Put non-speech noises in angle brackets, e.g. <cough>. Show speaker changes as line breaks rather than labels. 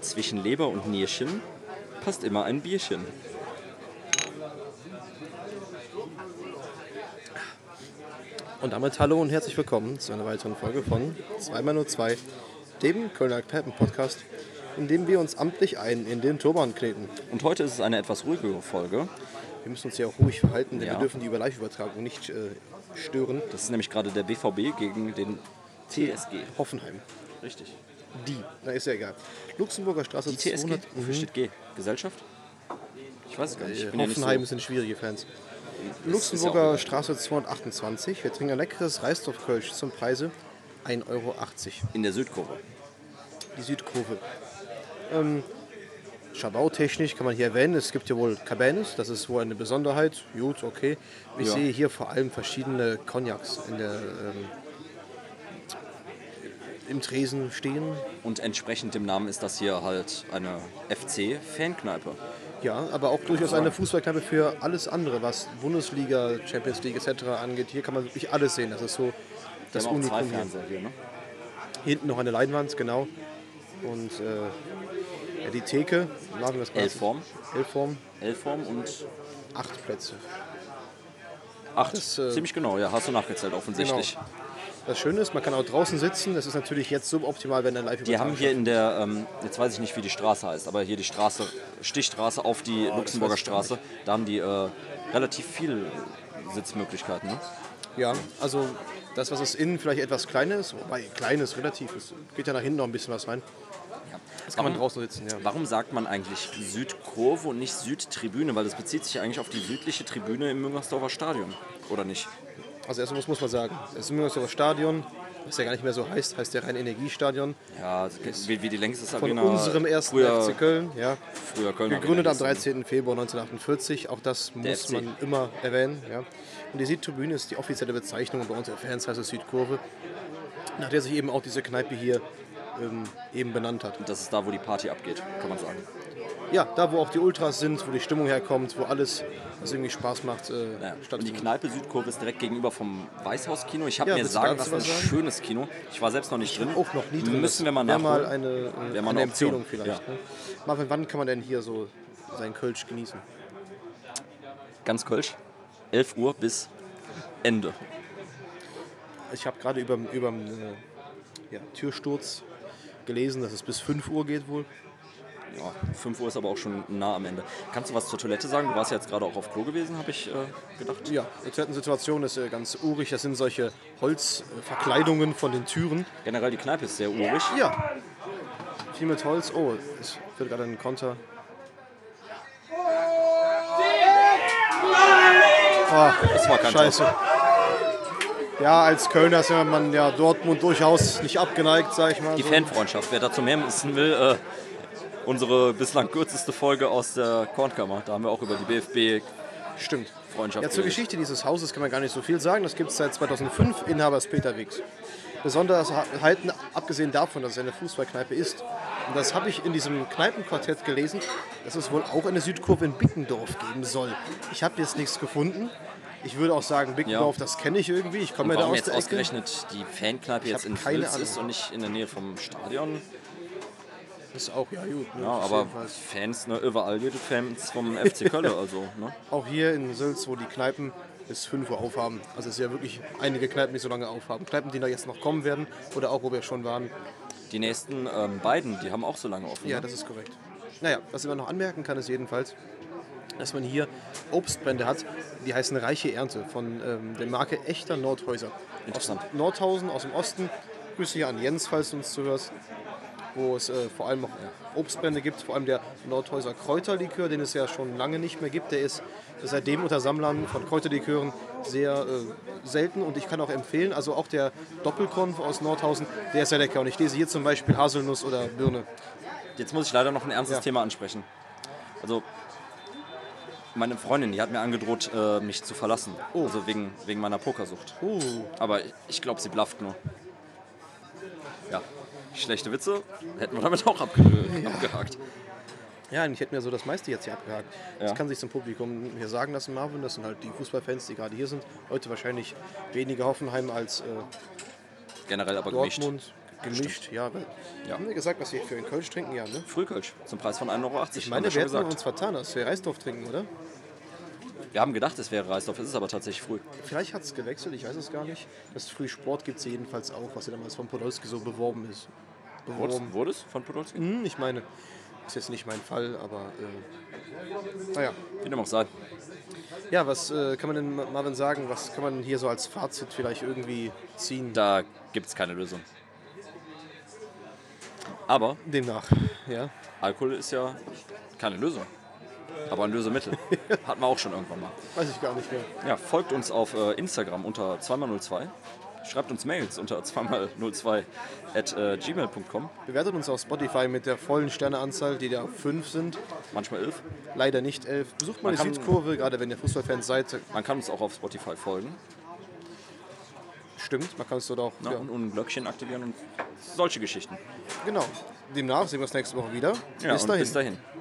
Zwischen Leber und Nierchen passt immer ein Bierchen.
Und damit hallo und herzlich willkommen zu einer weiteren Folge von 2x02, dem Kölner Kneipen-Podcast, in dem wir uns amtlich ein in den Turban kneten.
Und heute ist es eine etwas ruhigere Folge.
Wir müssen uns ja auch ruhig verhalten, denn
Ja.
wir dürfen die Live-Übertragung nicht äh, stören.
Das ist nämlich gerade der BVB gegen den TSG.
Hoffenheim.
Richtig.
Die. Na, ist ja egal. Luxemburger Straße Mhm.
Die TSG?
200.
Wofür steht G? Gesellschaft? Ich weiß es gar nicht. Ich
Äh,
bin ja nicht
Hoffenheim
so,
sind schwierige Fans.
ist ja auch
Luxemburger
egal.
Straße 228. Wir trinken ein leckeres Reisdorfkölsch zum Preise 1,80 Euro.
in der Südkurve.
Die Südkurve. Ähm, Schabautechnisch kann man hier erwähnen, es gibt hier wohl Cabernet, das ist wohl eine Besonderheit. Gut, okay. Ich
Ja.
sehe hier vor allem verschiedene Cognacs in der, ähm, im Tresen stehen.
Und entsprechend dem Namen ist das hier halt eine FC-Fankneipe.
Ja, aber auch durchaus eine Fußballkneipe für alles andere, was Bundesliga, Champions League etc. angeht. Hier kann man wirklich alles sehen. Das ist so das
Wir haben auch zwei
Unikum hier.
Fernseher hier, ne?
Hinten noch eine Leinwand, genau. Und äh, ja, die Theke, laden wir das mal-
L-Form.
L-Form,
L-Form und
acht Plätze.
acht.
Das, äh,
Ziemlich genau, ja. Hast du nachgezählt offensichtlich.
Genau. Das Schöne ist, man kann auch draußen sitzen. Das ist natürlich jetzt so optimal, wenn eine live
Die haben hier in der, ähm, jetzt weiß ich nicht, wie die Straße heißt, aber hier die Straße, Stichstraße auf die Luxemburger
Oh, weiß ich gar
Straße, da haben die äh, relativ viel Sitzmöglichkeiten. Ne?
Ja, also das, was es innen vielleicht etwas kleiner ist, wobei klein ist relativ, es geht ja nach hinten noch ein bisschen was rein. Das kann man draußen sitzen, ja.
Warum sagt man eigentlich Südkurve und nicht Südtribüne? Weil das bezieht sich ja eigentlich auf die südliche Tribüne im Müngersdorfer Stadion, oder nicht?
Also erstmal muss, muss man sagen, das Müngersdorfer Stadion, was ja gar nicht mehr so heißt, heißt ja rein Energiestadion.
Ja, wie, wie die längste
Von
Arena.
unserem ersten
Genau. früher,
FC Köln, ja.
Früher Köln
Gegründet am 13. Februar 1948, auch das muss
FC.
man immer erwähnen. Ja. Und die Südtribüne ist die offizielle Bezeichnung und bei uns der Fans heißt es Südkurve, nach der sich eben auch diese Kneipe hier ähm, eben benannt hat.
Das ist da, wo die Party abgeht, kann man sagen.
Ja, da wo auch die Ultras sind, wo die Stimmung herkommt, wo alles, was irgendwie Spaß macht, äh,
Ja. Und die
stattfindet.
Kneipe Südkurve ist direkt gegenüber vom Weißhaus-Kino. Ich habe
Ja,
mir
willst du
sagen
dazu
lassen, ein
was sagen?
schönes Kino. Ich war selbst noch nicht drin.
Auch noch nie drin.
Müssen wir mal
Wäre
nachholen.
mal eine, äh,
Wäre mal
eine
eine Option.
Empfehlung vielleicht.
Ja.
Ne? Marvin, wann kann man denn hier so seinen Kölsch genießen?
Ganz Kölsch. 11 Uhr bis Ende.
Ich habe gerade über überm äh, ja, Türsturz gelesen, dass es bis 5 Uhr geht wohl.
Ja, 5 Uhr ist aber auch schon nah am Ende. Kannst du was zur Toilette sagen? Du warst ja jetzt gerade auch auf Klo gewesen, habe ich äh, gedacht.
Ja, die Toilettensituation ist äh, ganz urig. Das sind solche Holzverkleidungen von den Türen.
Generell die Kneipe ist sehr urig.
Ja, viel mit Holz. Oh, es wird gerade ein Konter.
Das war kein Scheiße.
Oh, Scheiße. Ja, als Kölner ist ja man ja Dortmund durchaus nicht abgeneigt, sag ich mal.
Die
so.
Fanfreundschaft. Wer dazu mehr wissen will, äh, unsere bislang kürzeste Folge aus der Kornkammer. Da haben wir auch über die BFB-Freundschaft
Stimmt.
geredet.
Ja, zur Geschichte dieses Hauses kann man gar nicht so viel sagen. Das gibt es seit 2005, Inhaber ist Peter Wix. Besonders halten, abgesehen davon, dass es eine Fußballkneipe ist. Und das habe ich in diesem Kneipenquartett gelesen, dass es wohl auch eine Südkurve in Bickendorf geben soll. Ich habe jetzt nichts gefunden. Ich würde auch sagen, Bickendorf, das kenne ich irgendwie. Ich komme ja da
Warum
aus
jetzt
der Ecke.
ausgerechnet die Fankneipe jetzt
hab
in
keine
Filz
Ahnung.
ist und nicht in der Nähe vom Stadion?
Ist auch, ja, gut. ne,
Ja,
ist
aber
jedenfalls-
Fans, ne, überall jede Fans
<laughs>
vom FC Köln, also. Ne?
Auch hier in Sülz, wo die Kneipen bis 5 Uhr aufhaben. Also es sind ja wirklich einige Kneipen, die so lange aufhaben. Kneipen, die da jetzt noch kommen werden oder auch, wo wir schon waren.
Die nächsten ähm, beiden, die haben auch so lange offen.
Ja,
ne?
das ist korrekt. Naja, was man noch anmerken kann, ist jedenfalls, dass man hier Obstbrände hat, die heißen Reiche Ernte von ähm, der Marke Echter Nordhäuser. Aus
Interessant.
Nordhausen, aus dem Osten. Grüße hier an Jens, falls du uns zuhörst. Wo es äh, vor allem auch Obstbrände gibt, vor allem der Nordhäuser Kräuterlikör, den es ja schon lange nicht mehr gibt. Der ist seitdem unter Sammlern von Kräuterlikören sehr äh, selten und ich kann auch empfehlen, also auch der Doppelkorn aus Nordhausen, der ist sehr lecker. Und ich lese hier zum Beispiel Haselnuss oder Birne.
Jetzt muss ich leider noch ein ernstes
Ja.
Thema ansprechen. Also, meine Freundin, die hat mir angedroht, äh, mich zu verlassen.
Oh.
Also wegen, wegen meiner Pokersucht.
Uh.
Aber ich- ich glaube, sie blafft nur. Ja, schlechte Witze hätten wir damit auch
<laughs>
abge abgehakt.
Ja, und ich hätte mir so das meiste jetzt hier abgehakt.
Ja.
Das kann sich zum Publikum hier sagen lassen, Marvin. Das sind halt die Fußballfans, die gerade hier sind. Heute wahrscheinlich weniger Hoffenheim als äh,
Generell aber gemischt.
Dortmund. Gemischt, ja. weil-
Ja.
Haben wir gesagt, was wir für in Kölsch trinken, ja, ne?
Frühkölsch zum Preis von 1,80 Euro.
Ich meine, wir hätten uns vertan, dass wir Reisdorf trinken, oder?
wir haben gedacht, es wäre Reisdorf, es ist aber tatsächlich früh.
Vielleicht hat es gewechselt, ich weiß es gar nicht. Das Frühsport gibt es jedenfalls auch, was ja damals von Podolski so beworben ist. Beworben.
Wurde es von Podolski?
Hm, ich meine, ist jetzt nicht mein Fall, aber äh, naja.
Wie dem auch sei.
Ja, was äh, kann man denn Ma- Marvin sagen? Was kann man hier so als Fazit vielleicht irgendwie ziehen?
Da gibt es keine Lösung. Aber
Demnach, ja.
Alkohol ist ja keine Lösung. Aber ein
<laughs>
Lösemittel. Hatten wir auch schon irgendwann mal.
Weiß ich gar nicht mehr.
Ja, folgt uns auf äh, Instagram unter 2x02. Schreibt uns Mails unter 2x02 at äh, gmail.com.
Bewertet uns auf Spotify mit der vollen Sterneanzahl, die da fünf sind.
Manchmal 11.
Leider nicht elf. Besucht mal
Man
die
kann-
Südkurve, gerade wenn ihr Fußballfans seid.
Man kann uns auch auf Spotify folgen
Stimmt, man kann es dort auch.
ne?
Ja.
und, und ein Glöckchen aktivieren und solche Geschichten.
Genau. Demnach sehen wir uns nächste Woche wieder.
Ja, und bis dahin.